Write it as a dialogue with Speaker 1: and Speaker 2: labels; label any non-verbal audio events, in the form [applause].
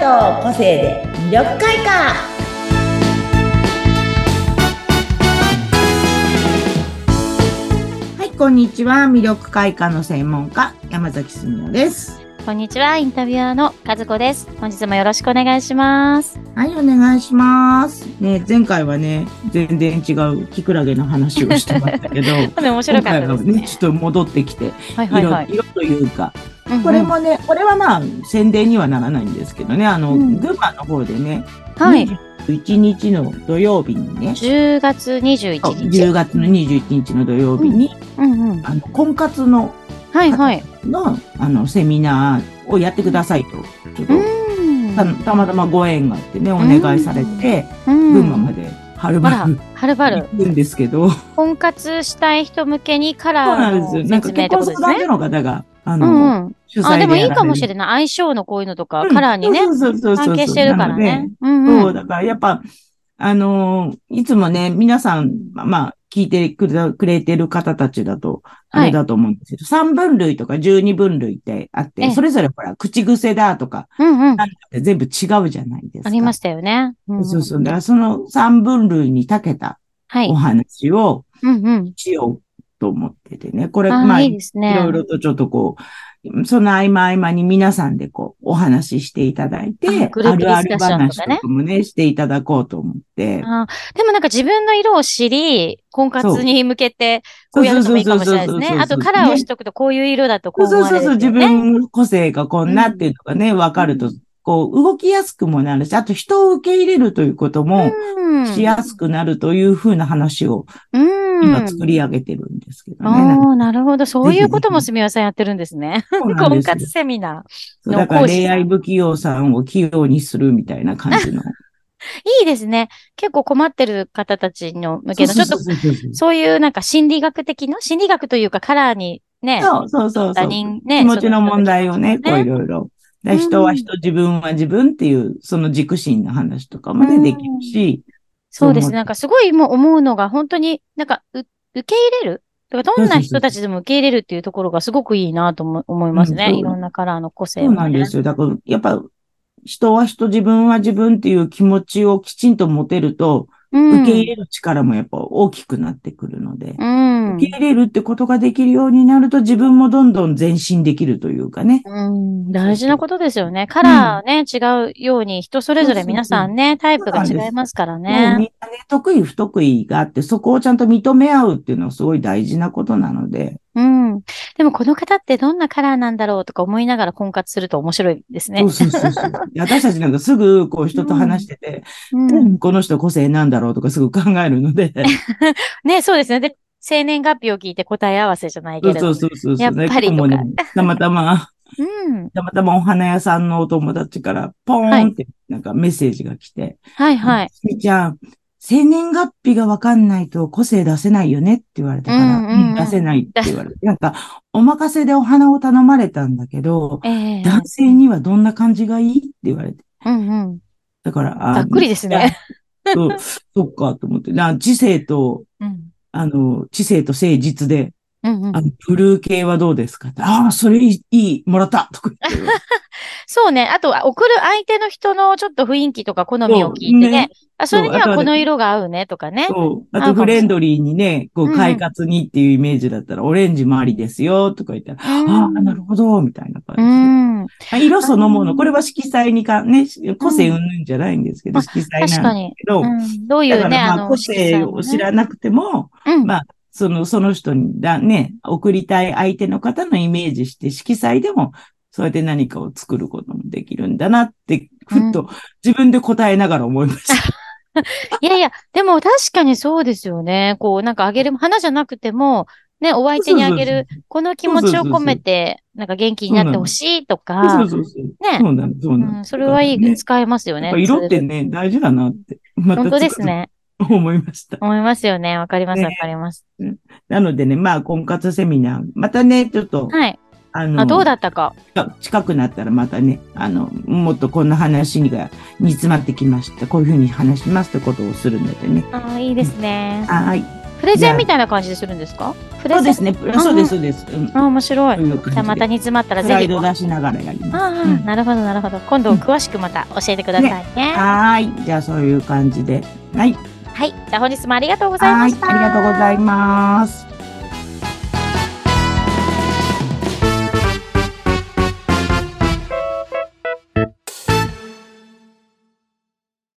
Speaker 1: の個性で魅力開花はいこんにちは魅力開花の専門家山崎すみおです
Speaker 2: こんにちは、インタビュアーの和子です。本日もよろしくお願いします。
Speaker 1: はいお願いしますね前回はね全然違うキクラゲの話をしてましたけど
Speaker 2: [laughs] 面白
Speaker 1: 今
Speaker 2: かっ
Speaker 1: 回
Speaker 2: た
Speaker 1: は
Speaker 2: です
Speaker 1: ね
Speaker 2: ね。
Speaker 1: ちょっと戻ってきて
Speaker 2: はいはい
Speaker 1: 色,、
Speaker 2: はい。
Speaker 1: 色というか
Speaker 2: うんうん
Speaker 1: これ、もね、これはまあ宣伝にはならないんですけどねあの、
Speaker 2: うん
Speaker 1: 群馬の方でね
Speaker 2: はい。
Speaker 1: 21日の土曜日にね、
Speaker 2: 10月21日。
Speaker 1: 10月の21日の土曜日に、
Speaker 2: うんうん。
Speaker 1: あの婚活の
Speaker 2: はいはい。
Speaker 1: のあのセミナーをやってくださいと、ちょっ
Speaker 2: う
Speaker 1: と
Speaker 2: ん
Speaker 1: たたまたまご縁があってね、お願いされて、
Speaker 2: うん。
Speaker 1: 群馬まではるば
Speaker 2: あら
Speaker 1: る
Speaker 2: はるばる
Speaker 1: 行、くんですけど、そう
Speaker 2: 婚活したい人向けにカラ
Speaker 1: な
Speaker 2: ー
Speaker 1: んですよ。
Speaker 2: の
Speaker 1: なんか
Speaker 2: 説明
Speaker 1: 結
Speaker 2: ってこ
Speaker 1: 婚
Speaker 2: と
Speaker 1: 相
Speaker 2: です
Speaker 1: 談
Speaker 2: ね
Speaker 1: 所。の方が、あ
Speaker 2: う
Speaker 1: の、
Speaker 2: んうん。
Speaker 1: 主催
Speaker 2: あ、でもいいかもし
Speaker 1: ない。
Speaker 2: れない。相性のこういうのとか、
Speaker 1: うん
Speaker 2: カラーにね、
Speaker 1: そうそうそうそう
Speaker 2: 関係してるから
Speaker 1: なので
Speaker 2: ね。うんう
Speaker 1: そう、
Speaker 2: ん。
Speaker 1: だからやっぱ、あのーいつもね、皆さん、ままあ、聞いてくれくれてる方たちだと、あれだと思うんですけど、3分類とか12分類ってあっ
Speaker 2: え
Speaker 1: て、
Speaker 2: え
Speaker 1: それぞれほら、口癖だとか、
Speaker 2: うんうん。
Speaker 1: なんだって全部違うじゃないですか。
Speaker 2: ありま
Speaker 1: し
Speaker 2: したよね。うんうん
Speaker 1: そうそう。だからその3分類に長けた
Speaker 2: はい
Speaker 1: お。話を
Speaker 2: うんうん。
Speaker 1: しようと思っててね。これ、ま
Speaker 2: あ
Speaker 1: あ、
Speaker 2: ー、いい
Speaker 1: い
Speaker 2: ですね。
Speaker 1: ろいろとちょっとこう、その合間合間に皆さんでこう、お話ししていただい
Speaker 2: あ
Speaker 1: て、
Speaker 2: グループディスカッションと
Speaker 1: あ
Speaker 2: かね
Speaker 1: るある話とかもね、していただこうと思って。
Speaker 2: あーでもなんか自分の色を知り、婚活に向けて、こうやるのもいいかもしれないですね。あとカラーをしとくと、こういう色だとこ
Speaker 1: そうう
Speaker 2: 思
Speaker 1: そう
Speaker 2: わ
Speaker 1: そ
Speaker 2: れ
Speaker 1: う
Speaker 2: る
Speaker 1: そう、
Speaker 2: ってい
Speaker 1: 自
Speaker 2: うね。
Speaker 1: 分の個性がこんなっていうのがね、わかる
Speaker 2: う
Speaker 1: と
Speaker 2: ん、
Speaker 1: こう、動きやすくもなるし、あと人を受け入れるということも
Speaker 2: うん
Speaker 1: しやすくなるというふうな話を
Speaker 2: うん。
Speaker 1: 今作り上げてるんですけどね。なんか
Speaker 2: ああ、なるほど。そういうことも
Speaker 1: ぜ
Speaker 2: すみませんやってるんですね。
Speaker 1: そうなんで
Speaker 2: 婚
Speaker 1: すよ
Speaker 2: 活セミナ
Speaker 1: そうだか
Speaker 2: の
Speaker 1: ら
Speaker 2: 講師
Speaker 1: 恋愛不器用さんを器用にするみたいな感じ
Speaker 2: [laughs]
Speaker 1: の。
Speaker 2: ー。いいですね。結構困ってる方たちの向けの、ち
Speaker 1: そ
Speaker 2: ょ
Speaker 1: う
Speaker 2: っと
Speaker 1: そうそうそう
Speaker 2: そういうなんか心理学的な、心理学というかカラーにね、
Speaker 1: そうそうそうそ
Speaker 2: 他
Speaker 1: う。
Speaker 2: 人
Speaker 1: 気
Speaker 2: ね、
Speaker 1: 持ちの問題をね、こうい
Speaker 2: る。
Speaker 1: ろいろ。で人は人、自分は自分っていう、その軸心の話とかまでできるし、
Speaker 2: そうです
Speaker 1: そう思っ
Speaker 2: ね。
Speaker 1: て
Speaker 2: なんかすごいもう思うのが、本当になんかう受け入れるだからどんな人たちでも受け入れるっていうところがすごくいいなと思思います
Speaker 1: うん
Speaker 2: ね。
Speaker 1: そう
Speaker 2: いろんなカラーの個性
Speaker 1: そう
Speaker 2: も
Speaker 1: なん
Speaker 2: ね。
Speaker 1: ですよ。だから、やっぱ、人は人、自分は自分っていう気持ちをきちんと持てると、
Speaker 2: うん
Speaker 1: 受け入れる力もやっぱ大きくなってくるので、
Speaker 2: うん。
Speaker 1: 受け入れるってことができるようになると、自分もどんどん前進できるというかね。
Speaker 2: うん、大事なことですよね。カラーね、違うように、人それぞれ皆さんね、タイプが違いますから
Speaker 1: もうみ
Speaker 2: ね。
Speaker 1: んなね、得意不得意があって、そこをちゃんと認め合うっていうのはすごい大事なことなので、
Speaker 2: うん。でもこの方ってどんなカラーなんだろうとか思いながら婚活すると面白いですね。
Speaker 1: そうそうそう
Speaker 2: [laughs]
Speaker 1: そう。で私たちなんかすぐこう人と話してて、
Speaker 2: う
Speaker 1: うん
Speaker 2: ん。
Speaker 1: この人個性なんだろうとかすぐ考えるので、
Speaker 2: ね、そうですね。で、生年月日を聞いて答え合わせじゃないけ
Speaker 1: そう
Speaker 2: れ
Speaker 1: そ
Speaker 2: ど
Speaker 1: う。そうそう。
Speaker 2: やっぱり
Speaker 1: ね
Speaker 2: とか
Speaker 1: 今日
Speaker 2: [laughs]
Speaker 1: もねたまたま、
Speaker 2: うん。
Speaker 1: たまたまお花屋さんのお友達から、ポーンってなんかメッセージが来て、
Speaker 2: はいはい。
Speaker 1: すみちゃん、生年月日がわかんないと個性出せないよねって言われたから、
Speaker 2: うんうんうん
Speaker 1: うん出せないって言われて、なんか、お任せでお花を頼まれたんだけど、
Speaker 2: ええ
Speaker 1: 男性にはどんな感じがいいって言われて。
Speaker 2: うんうん。
Speaker 1: だから、あ
Speaker 2: ざっくりですね。
Speaker 1: [laughs] そう、そっかと思って。な知性と、
Speaker 2: うん。
Speaker 1: あの、知性と誠実で、
Speaker 2: うんうん
Speaker 1: あ。の、ブルー系はどうですかってああ、それいい、いい、もらったとか言って。
Speaker 2: そうね。あとは、送る相手の人のちょっと雰囲気とか好みを聞いてね。あ、それに
Speaker 1: そうあと
Speaker 2: は
Speaker 1: は
Speaker 2: この色が合うねとかね。
Speaker 1: そう。あ
Speaker 2: 合う
Speaker 1: と、フ
Speaker 2: かもしれない
Speaker 1: レンドリーにね、こ
Speaker 2: うん
Speaker 1: う、
Speaker 2: うん
Speaker 1: 快活にっていうイメージだったら、オレンジもありですよ、とか言ったら、
Speaker 2: うん
Speaker 1: ああ、なるほど、みたいな
Speaker 2: う
Speaker 1: 感
Speaker 2: ん。
Speaker 1: じで。あ色そのもの、これは色彩にか、ね、個性
Speaker 2: う
Speaker 1: うんぬんじゃないんですけど、
Speaker 2: あ
Speaker 1: 色彩な
Speaker 2: 確か
Speaker 1: んで
Speaker 2: に
Speaker 1: す。けど
Speaker 2: う、ん、どうい
Speaker 1: だ
Speaker 2: う
Speaker 1: から
Speaker 2: ね、あ
Speaker 1: まあ、
Speaker 2: の、
Speaker 1: 個
Speaker 2: 色彩
Speaker 1: 性
Speaker 2: も
Speaker 1: を
Speaker 2: ね
Speaker 1: 知らなくても、
Speaker 2: うん。
Speaker 1: まあ、その、その人にだね、送りたい相手の方のイメージして、色彩でも、そうやって何かを作ることもできるんだなって、ふっと自分で答えながら思いました。
Speaker 2: いやいや、でも確かにそうですよね。こう、なんかあげる、花じゃなくても、ね、お相手にあげる、この気持ちを込めて、なんか元気になってほしいと
Speaker 1: そ
Speaker 2: か
Speaker 1: う、そうそう。
Speaker 2: ね
Speaker 1: そ、うなの、そうなの。
Speaker 2: うん、それはいい、
Speaker 1: ね。
Speaker 2: 使えますよ
Speaker 1: やっ
Speaker 2: ね
Speaker 1: ぱ。色ってね、大事だなって、また
Speaker 2: 本当ですね。
Speaker 1: つくづく思いました。
Speaker 2: 思いますよね。わかります、
Speaker 1: ね
Speaker 2: わかります。
Speaker 1: なのでね、まあ、婚活セミナー、またね、ちょっと、
Speaker 2: はい。
Speaker 1: あの、
Speaker 2: あ、どうだったか。
Speaker 1: 近近くなったらまたね、あの、もっとこんな話が煮詰まってきました。こういうふうに話しますってことをするのでね。
Speaker 2: あーいいですね。
Speaker 1: はい。
Speaker 2: プレゼンみたいな感じでするんですかプ
Speaker 1: そ
Speaker 2: レ
Speaker 1: う
Speaker 2: ゼ
Speaker 1: で
Speaker 2: ン
Speaker 1: すね。
Speaker 2: ん
Speaker 1: そうです、そうです。うん。
Speaker 2: あ、面白い。
Speaker 1: という感じで
Speaker 2: じゃあまた煮詰まったら
Speaker 1: プ
Speaker 2: ぜ
Speaker 1: ライ
Speaker 2: ひ。
Speaker 1: ド
Speaker 2: あ
Speaker 1: 出しながらやります。
Speaker 2: あ、
Speaker 1: うん
Speaker 2: なるほど、なるほど。今度詳しくまた教えてくださいね。
Speaker 1: はーい。じゃあそういう感じで。はい。
Speaker 2: はい。じゃあ本日もありがとうござい
Speaker 1: は
Speaker 2: ま
Speaker 1: い
Speaker 2: し。た。
Speaker 1: ありがとうございます。